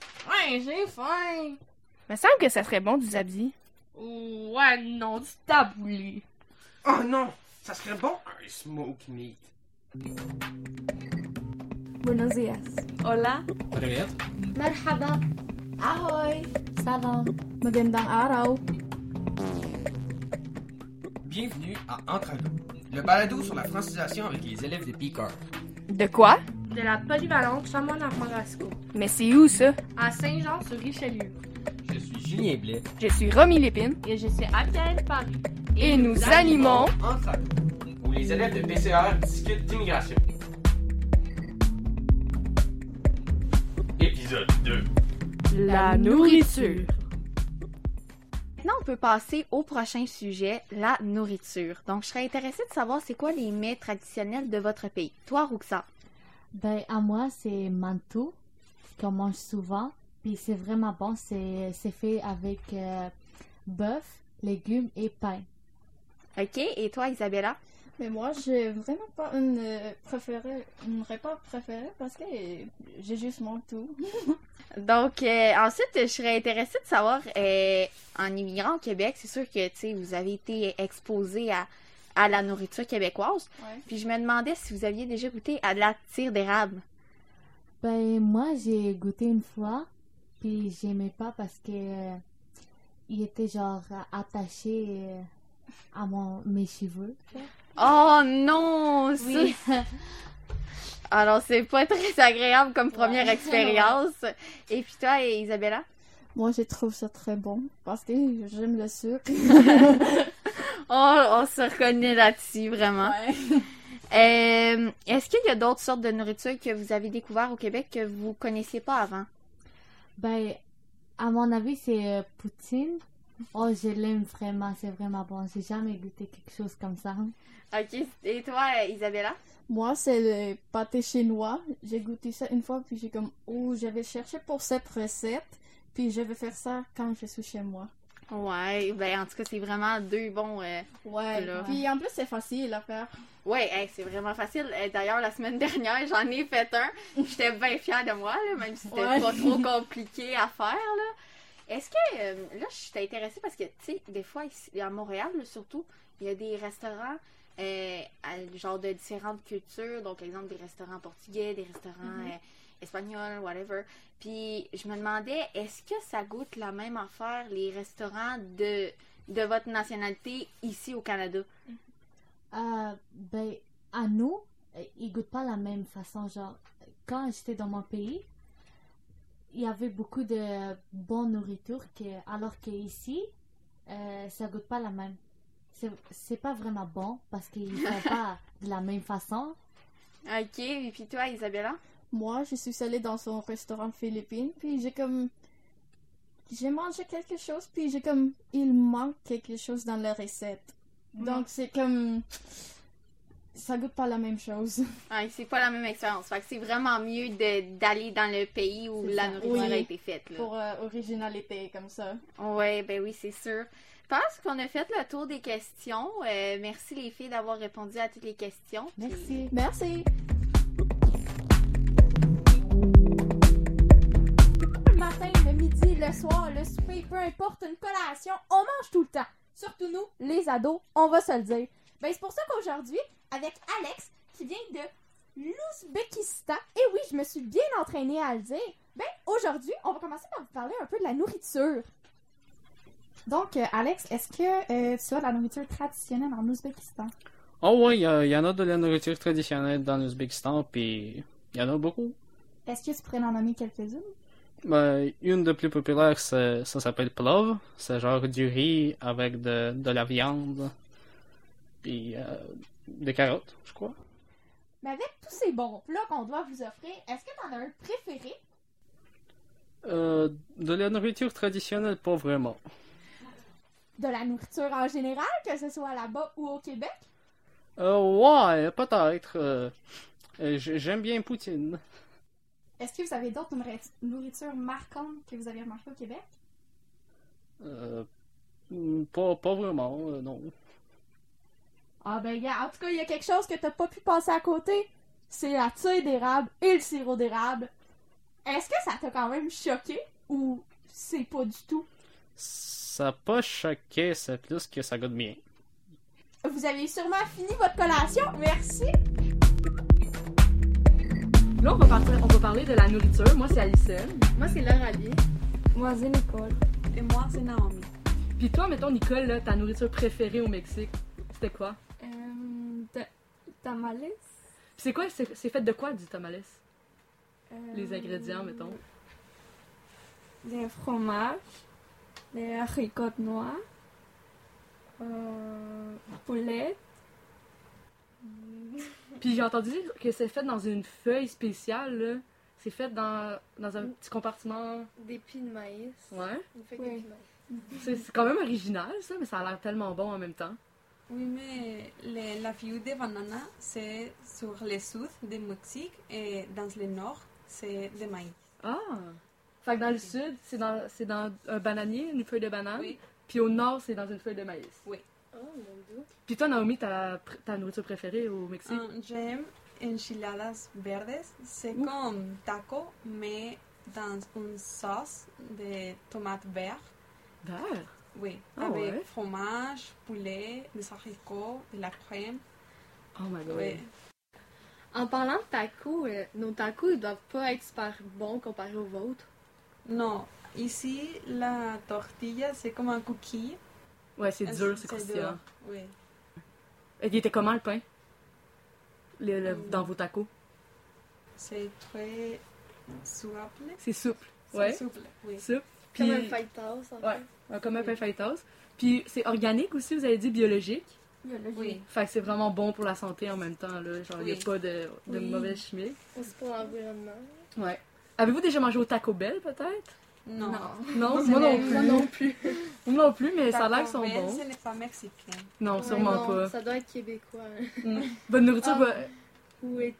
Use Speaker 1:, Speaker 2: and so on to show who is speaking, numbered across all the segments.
Speaker 1: faim, Hein, j'ai faim.
Speaker 2: Me semble que ça serait bon du zabzi.
Speaker 1: Ouais, non, du taboulé.
Speaker 3: Oh non, ça serait bon un smoke meat.
Speaker 4: Buenos días.
Speaker 1: Hola.
Speaker 5: Привет.
Speaker 4: Merhaba. Ahoy. Ça va. Magandang araw.
Speaker 3: Bienvenue à Entre nous, le balado sur la francisation avec les élèves des Picard.
Speaker 2: De quoi?
Speaker 1: De la polyvalente Chamois Armorasco,
Speaker 2: Mais c'est où ça?
Speaker 1: à Saint-Jean-sur-Richelieu.
Speaker 3: Je suis Julien Blais.
Speaker 2: Je suis Romy Lépine
Speaker 1: Et je sais Abdel Paris.
Speaker 2: et nous animons.
Speaker 3: Entre nous, où les élèves de PCR discutent d'immigration. Épisode 2.
Speaker 2: La nourriture.
Speaker 6: Maintenant, on peut passer au prochain sujet, la nourriture. Donc, je serais intéressée de savoir c'est quoi les mets traditionnels de votre pays. Toi, Roxa.
Speaker 7: Ben, à moi, c'est mantou, qu'on mange souvent. Puis c'est vraiment bon. C'est c'est fait avec euh, bœuf, légumes et pain.
Speaker 6: OK? Et toi, Isabella?
Speaker 8: Mais moi, j'ai vraiment pas une euh, préférée, une repas préférée parce que j'ai juste mon tout.
Speaker 6: Donc, euh, ensuite, je serais intéressée de savoir, euh, en immigrant au Québec, c'est sûr que, tu sais, vous avez été exposé à, à la nourriture québécoise.
Speaker 8: Ouais.
Speaker 6: Puis je me demandais si vous aviez déjà goûté à de la tire d'érable.
Speaker 7: Ben, moi, j'ai goûté une fois, puis j'aimais pas parce que euh, il était genre attaché euh, à mon, mes cheveux.
Speaker 6: Oh non! ça-
Speaker 7: Oui.
Speaker 6: Alors, c'est pas très agréable comme première
Speaker 8: Ouais.
Speaker 6: expérience. Et puis toi, Isabella?
Speaker 8: Moi, je trouve ça très bon parce que j'aime le sucre.
Speaker 6: Oh, on se reconnaît là-dessus, vraiment.
Speaker 8: Ouais.
Speaker 6: Euh, Est-ce qu'il y a d'autres sortes de nourriture que vous avez découvert au Québec que vous connaissiez pas avant?
Speaker 7: Ben, à mon avis, c'est euh, poutine. Oh, je l'aime vraiment, c'est vraiment bon. J'ai jamais goûté quelque chose comme ça.
Speaker 6: Ok, et toi, Isabella?
Speaker 8: Moi, c'est le pâté chinois. J'ai goûté ça une fois, puis j'ai comme, oh, j'avais cherché pour cette recette, puis je vais faire ça quand je suis chez moi.
Speaker 6: Ouais, ben en tout cas, c'est vraiment deux bons. euh,
Speaker 8: Ouais.
Speaker 6: Là.
Speaker 8: Puis en plus, c'est facile à faire.
Speaker 6: Ouais, hey, c'est vraiment facile. Euh, D'ailleurs, la semaine dernière, j'en ai fait un. J'étais bien fière de moi, là, même si c'était
Speaker 8: Ouais.
Speaker 6: pas trop compliqué à faire. Là. Est-ce que, euh, là, je suis intéressée parce que, tu sais, des fois, ici, à Montréal, là, surtout, il y a des restaurants, euh, à- genre de différentes cultures. Donc, exemple, des restaurants portugais, des restaurants euh, espagnols, whatever. Puis, je me demandais, est-ce que ça goûte la même affaire, les restaurants de, de votre nationalité ici au Canada?
Speaker 7: Euh, ben, à nous, euh, ils goûtent pas la même façon. Genre, quand j'étais dans mon pays, il y avait beaucoup de bonne nourriture, que, alors qu'ici, euh, ça goûte pas la même. C'est- C'est pas vraiment bon parce qu'ils font pas de la même façon.
Speaker 6: Ok, et puis toi, Isabella?
Speaker 8: Moi, je suis allée dans son restaurant philippine, puis j'ai comme. J'ai mangé quelque chose, puis j'ai comme. Il manque quelque chose dans la recette. Donc, c'est comme. Ça goûte pas la même chose.
Speaker 6: Ouais, c'est pas la même expérience. Fait que c'est vraiment mieux de- d'aller dans le pays où
Speaker 7: C'est
Speaker 6: la
Speaker 7: ça.
Speaker 6: nourriture a
Speaker 8: Oui.
Speaker 6: été faite. Là.
Speaker 8: Pour euh, originalité, comme ça.
Speaker 6: Ouais, ben oui, c'est sûr. Je pense qu'on a fait le tour des questions. Euh, merci les filles d'avoir répondu à toutes les questions. Puis-
Speaker 7: Merci.
Speaker 8: Merci!
Speaker 4: Le matin, le midi, le soir, le souper, peu importe, une collation, on mange tout le temps. Surtout nous, les ados, on va se le dire. Ben, c'est pour ça qu'aujourd'hui, avec Alex, qui vient de l'Ouzbékistan, et oui, je me suis bien entraînée à le dire, ben, aujourd'hui, on va commencer par vous parler un peu de la nourriture. euh,
Speaker 8: Donc, Alex, est-ce que tu as de la nourriture traditionnelle en Ouzbékistan?
Speaker 5: Oh ouais, il y, a- y en a de la nourriture traditionnelle dans l'Ouzbékistan, puis il y en a beaucoup.
Speaker 8: Est-ce que tu pourrais en nommer quelques-unes?
Speaker 5: Ben, une des plus populaires, c'est- ça s'appelle plov. C'est genre du riz avec de, de la viande, puis euh, des carottes, je crois.
Speaker 4: Mais avec tous ces bons plats qu'on doit vous offrir, est-ce que t'en as un préféré?
Speaker 5: Euh, de la nourriture traditionnelle, pas vraiment.
Speaker 4: De la nourriture en général, que ce soit là-bas ou au Québec?
Speaker 5: Euh, ouais, peut-être. euh, euh, j- J'aime bien Poutine.
Speaker 8: Est-ce que vous avez d'autres nourritures marquantes que vous avez remarquées au Québec?
Speaker 5: Euh, hmm, pas, pas vraiment, euh, non.
Speaker 4: Ah ben gars, en tout cas, il y a quelque chose que t'as pas pu passer à côté, c'est la tire d'érable et le sirop d'érable. Est-ce que ça t'a quand même choqué? ou c'est pas du tout?
Speaker 5: Ça a pas choqué, c'est plus que ça goûte bien.
Speaker 4: Vous avez sûrement fini votre collation. Merci.
Speaker 1: Là, on va, partir, on va parler de la nourriture. Moi, c'est Alison.
Speaker 6: Moi, c'est Laura Lee.
Speaker 9: Moi, c'est Nicole.
Speaker 10: Et moi, c'est Naomi.
Speaker 1: Puis toi, mettons, Nicole, là, ta nourriture préférée au Mexique, c'était quoi?
Speaker 9: Euh, ta- tamales.
Speaker 1: Puis c'est quoi, c'est c'est fait de quoi, du tamales?
Speaker 9: euh,
Speaker 1: Les ingrédients, mettons.
Speaker 9: Des fromages. Des haricots noirs. Euh, poulet.
Speaker 1: Puis j'ai entendu dire que c'est fait dans une feuille spéciale, là. C'est fait dans, dans un petit compartiment.
Speaker 6: Des pis de maïs.
Speaker 1: Ouais.
Speaker 6: Une feuille
Speaker 9: Oui.
Speaker 6: de pis de maïs.
Speaker 1: C'est c'est quand même original, ça, mais ça a l'air tellement bon en même temps.
Speaker 10: Oui, mais le- la feuille de banana, c'est sur le sud du Mexique et dans le nord, c'est de maïs.
Speaker 1: Ah! Fait que dans le sud, c'est dans, c'est dans un bananier, une feuille de banane.
Speaker 10: Oui.
Speaker 1: Puis au nord, c'est dans une feuille de maïs.
Speaker 6: Oh mon dieu.
Speaker 1: Puis toi, Naomi, ta, pr- ta nourriture préférée au Mexique?
Speaker 10: Euh, J'aime enchiladas verdes. C'est
Speaker 9: Mm.
Speaker 10: comme taco, mais dans une sauce de tomates vertes.
Speaker 1: Vert?
Speaker 10: Oui,
Speaker 1: Ah
Speaker 10: avec
Speaker 1: ouais?
Speaker 10: fromage, poulet, des haricots, de la crème.
Speaker 1: Oh my god.
Speaker 10: Oui.
Speaker 6: En parlant de tacos, euh, nos tacos, ils doivent pas être super bons comparés aux vôtres.
Speaker 10: Non, ici, la tortilla, c'est comme un cookie.
Speaker 1: Ouais, c'est
Speaker 10: Ah,
Speaker 1: dur, c'est
Speaker 10: dur,
Speaker 1: croustillant.
Speaker 10: Oui.
Speaker 1: Et Il était comment le pain? Le- le-
Speaker 10: Hum.
Speaker 1: Dans vos tacos?
Speaker 10: C'est très souple.
Speaker 1: C'est souple.
Speaker 10: C'est
Speaker 1: Ouais.
Speaker 10: souple, oui.
Speaker 1: Souple.
Speaker 6: Comme
Speaker 1: Puis-
Speaker 6: un hein. fajitas, en
Speaker 1: Ouais, un- comme un pain fajitas. Puis c'est organique aussi, vous avez dit biologique.
Speaker 10: Oui.
Speaker 1: Fait que c'est vraiment bon pour la santé en même temps, là. Genre, il n'y a
Speaker 10: Oui.
Speaker 1: pas de, de mauvais chimie.
Speaker 6: fait. Aussi pour l'environnement.
Speaker 1: Ouais. Avez-vous déjà mangé au Taco Bell, peut-être?
Speaker 10: Non.
Speaker 1: Non, moi non plus. Moi non plus. moi non plus, mais ça a l'air qu'ils
Speaker 10: Taco
Speaker 1: sont
Speaker 10: Bell,
Speaker 1: bons.
Speaker 10: Ce n'est pas mexicain.
Speaker 1: Non, sûrement
Speaker 6: Ouais, non,
Speaker 1: pas.
Speaker 6: Ça doit être québécois hein.
Speaker 1: Bonne nourriture,
Speaker 6: Ah.
Speaker 1: bah-
Speaker 6: ou est-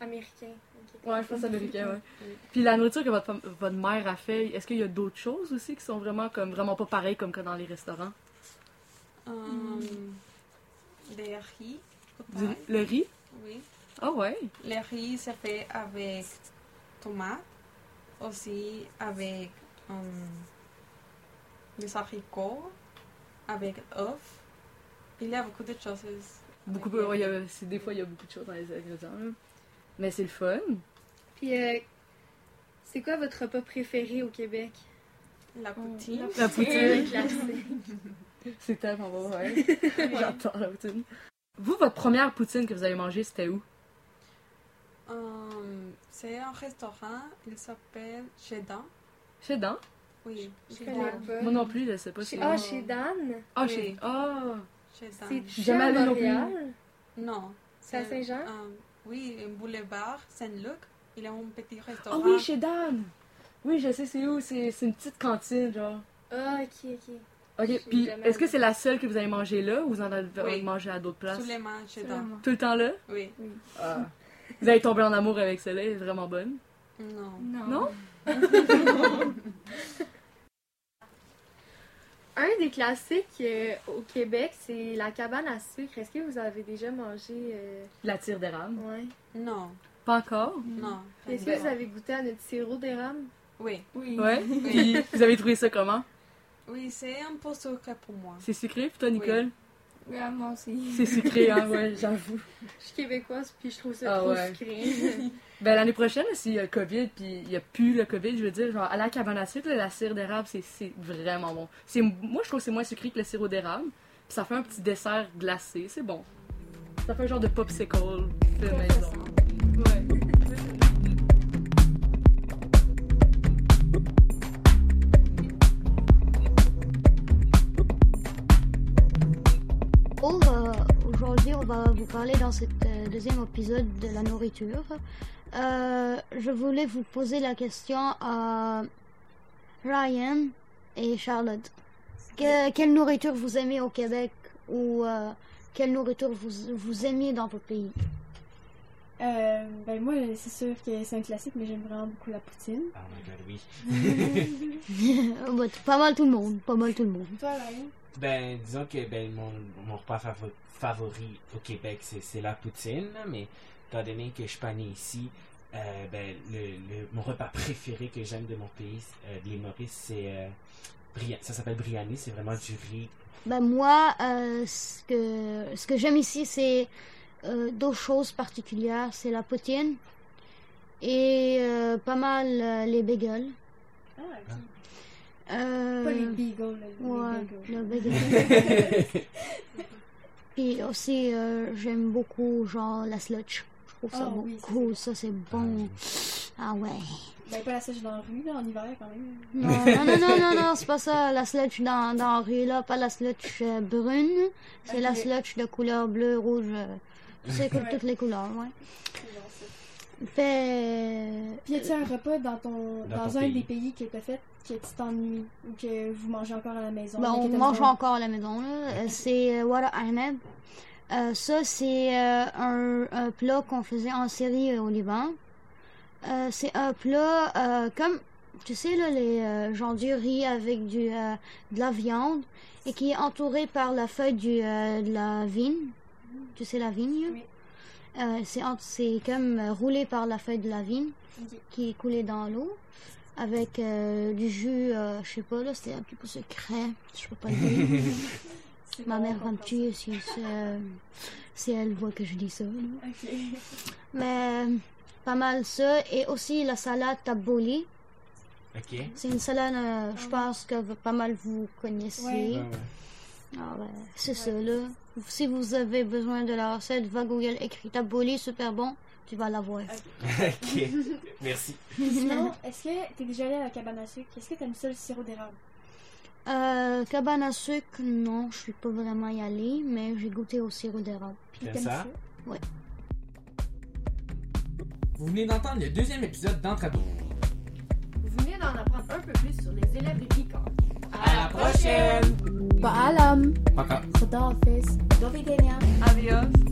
Speaker 6: américain. Ok.
Speaker 1: Ouais, je pense américain, ouais.
Speaker 10: Oui.
Speaker 1: Puis la nourriture que votre, votre mère a fait, est-ce qu'il y a d'autres choses aussi qui sont vraiment comme vraiment pas pareilles comme que dans les restaurants? Mm.
Speaker 10: Euh, Des riz.
Speaker 1: Du-
Speaker 10: peut-être.
Speaker 1: le riz?
Speaker 10: Oui.
Speaker 1: Ah ouais.
Speaker 10: Le riz se fait avec tomate, aussi avec euh, des haricots, avec œufs. Il y a beaucoup de choses.
Speaker 1: Beaucoup
Speaker 10: avec
Speaker 1: peu-
Speaker 10: le
Speaker 1: ouais, il y
Speaker 10: riz.
Speaker 1: a- c'est- des fois il y a beaucoup de choses dans les ingrédients. là. Mais c'est le fun.
Speaker 6: Puis, euh, c'est quoi votre repas préféré au Québec?
Speaker 10: La
Speaker 8: Hum.
Speaker 10: poutine.
Speaker 1: La poutine,
Speaker 6: Glacé.
Speaker 1: c'est tellement bon, ouais. J'adore la poutine. Vous, votre première poutine que vous avez mangée, c'était où?
Speaker 10: Euh, c'est un restaurant, il s'appelle Chedan.
Speaker 1: Chez Dan?
Speaker 10: Oui,
Speaker 6: Je connais pas.
Speaker 1: Moi non plus, je sais pas
Speaker 6: Chez-
Speaker 1: si...
Speaker 6: Ah, chez Dan?
Speaker 1: Ah, chez... Ah!
Speaker 10: Chedan.
Speaker 6: C'est
Speaker 1: J'ai
Speaker 6: jamais
Speaker 1: jamais allé
Speaker 6: à
Speaker 1: non plus.
Speaker 6: Montréal?
Speaker 10: Non.
Speaker 6: C'est à Saint-Jean?
Speaker 10: euh, oui, un boulevard Saint-Luc. Il y a un petit
Speaker 1: Ah
Speaker 10: restaurant.
Speaker 1: oui, chez Dan! Oui, je sais c'est où, c'est c'est une petite cantine, genre.
Speaker 6: Ah, ok, ok.
Speaker 1: Ok,
Speaker 6: J'ai
Speaker 1: puis
Speaker 6: jamais
Speaker 1: est-ce que
Speaker 6: allé.
Speaker 1: c'est la seule que vous avez mangée là ou vous en avez
Speaker 10: Oui.
Speaker 1: mangé à d'autres places?
Speaker 10: Sous les mains, Chedan.
Speaker 1: Tout le temps là?
Speaker 10: Oui.
Speaker 1: Ah. Vous allez tomber en amour avec celle-là, elle est vraiment bonne.
Speaker 10: Non.
Speaker 9: Non.
Speaker 1: Non?
Speaker 6: Un des classiques euh, au Québec, c'est la cabane à sucre. Est-ce que vous avez déjà mangé? euh,
Speaker 1: La tire d'érable.
Speaker 6: Ouais.
Speaker 10: Non.
Speaker 1: Pas encore?
Speaker 10: Non.
Speaker 6: Est-ce que vous avez goûté à notre sirop d'érable?
Speaker 10: Oui.
Speaker 9: Oui.
Speaker 1: Ouais. Puis vous avez trouvé ça comment?
Speaker 10: Oui, c'est un peu sucré pour moi.
Speaker 1: C'est sucré pour toi, Nicole?
Speaker 9: Oui, à moi aussi.
Speaker 1: C'est sucré, hein, ouais, j'avoue.
Speaker 6: ah, Je suis québécoise, puis je trouve ça
Speaker 1: Ah
Speaker 6: trop
Speaker 1: ouais.
Speaker 6: sucré.
Speaker 1: Ben, l'année prochaine, là, s'il y a le COVID, puis il n'y a plus le COVID, je veux dire, genre, à la cabane à sucre, là, la cire d'érable, c'est- c'est vraiment bon. C'est- Moi, je trouve que c'est moins sucré que le sirop d'érable, puis ça fait un petit dessert glacé, c'est bon. Ça fait un genre de popsicle fait maison. Ouais.
Speaker 7: Bonjour, euh, aujourd'hui on va vous parler dans cet euh, deuxième épisode de la nourriture. Euh, je voulais vous poser la question à Ryan et Charlotte. Que- quelle nourriture vous aimez au Québec ou euh, quelle nourriture vous, vous aimez dans votre pays
Speaker 11: Euh, ben moi, c'est sûr que c'est un classique, mais j'aime vraiment beaucoup la poutine.
Speaker 3: Oh my god, oui.
Speaker 7: Bah, Pas mal tout le monde, pas mal tout le monde.
Speaker 11: Toi, Ryan?
Speaker 3: Ben, disons que ben, mon, mon repas favo- favori au Québec, c'est c'est la poutine, là, mais étant donné que je suis pas né ici, euh, euh, ben, le, le- mon repas préféré que j'aime de mon pays, euh, de l'île Maurice, c'est euh, bria- ça s'appelle Briani, c'est vraiment du riz.
Speaker 7: Ben moi, euh, ce que, ce que j'aime ici, c'est euh, deux choses particulières. C'est la poutine et euh, pas mal euh, les bagels.
Speaker 8: Ah,
Speaker 7: Euh,
Speaker 8: Pas les beagles, les
Speaker 7: ouais,
Speaker 8: bagels.
Speaker 7: le bagel. Puis aussi, euh, j'aime beaucoup genre la sludge. Je trouve ça
Speaker 8: Ah
Speaker 7: beaucoup.
Speaker 8: oui,
Speaker 7: ça c'est bon. Ah ouais.
Speaker 8: Ben, pas la sèche dans la rue, là, en hiver, quand même.
Speaker 7: Non, non, non, non, non, non, c'est pas ça. La sludge dans, dans la rue, là, pas la sludge euh, brune. C'est la
Speaker 8: Ok.
Speaker 7: sludge de couleur bleu, rouge. euh, C'est que-
Speaker 8: Ouais.
Speaker 7: toutes les couleurs, ouais.
Speaker 8: Puis y a-t-il un repas dans ton
Speaker 7: Dans
Speaker 8: dans,
Speaker 7: ton
Speaker 8: un
Speaker 7: pays.
Speaker 8: des pays que t'as fait que tu t'ennuies ou que vous mangez encore à la maison
Speaker 7: Ben,
Speaker 8: mais que
Speaker 7: on
Speaker 8: t'aimes
Speaker 7: mange
Speaker 8: vraiment?
Speaker 7: encore à la maison, là. Euh, C'est euh, Wara Ahmed. Euh, ça, c'est euh, un, un plat qu'on faisait en série euh, au Liban. Euh, c'est un plat euh, comme, tu sais, là, les euh, genre du riz avec du, euh, de la viande et qui est entouré par la feuille du, euh, de la vigne. Tu sais, la vigne? Euh, c'est, en- c'est comme euh, roulé par la feuille de la vigne qui est coulée dans l'eau avec euh, du jus, euh, je sais pas, là, c'était un petit peu secret. Je peux pas le dire. Ma mère va me tuer si, si, euh, si elle voit que je dis ça. là. Mais euh, pas mal ça. Et aussi la salade tabboulé.
Speaker 3: Ok.
Speaker 7: C'est une salade, euh, je pense que v- pas mal vous connaissez.
Speaker 3: Ah. Ouais. Ouais, ouais.
Speaker 7: Ah ben, c'est ça, là. Si vous avez besoin de la recette, va Google, écrit tabboulé, super bon, tu vas l'avoir.
Speaker 3: ok. Merci.
Speaker 8: Puis Sinon, est-ce que t'es déjà allé à la cabane à sucre Est-ce que t'aimes ça le sirop d'érable
Speaker 7: Euh, cabane à sucre, non, je suis pas vraiment y allée, mais j'ai goûté au sirop d'érable.
Speaker 3: Puis T'aimes t'aimes ça? ça?
Speaker 7: Ouais.
Speaker 12: Vous venez d'entendre le deuxième épisode d'Entre ados.
Speaker 13: Vous venez d'en apprendre un peu plus sur les élèves de Picard.
Speaker 12: À la prochaine!
Speaker 7: Bah,
Speaker 13: Baalam!
Speaker 12: Encore.
Speaker 13: Rodolphus! Dovidenia! Adios!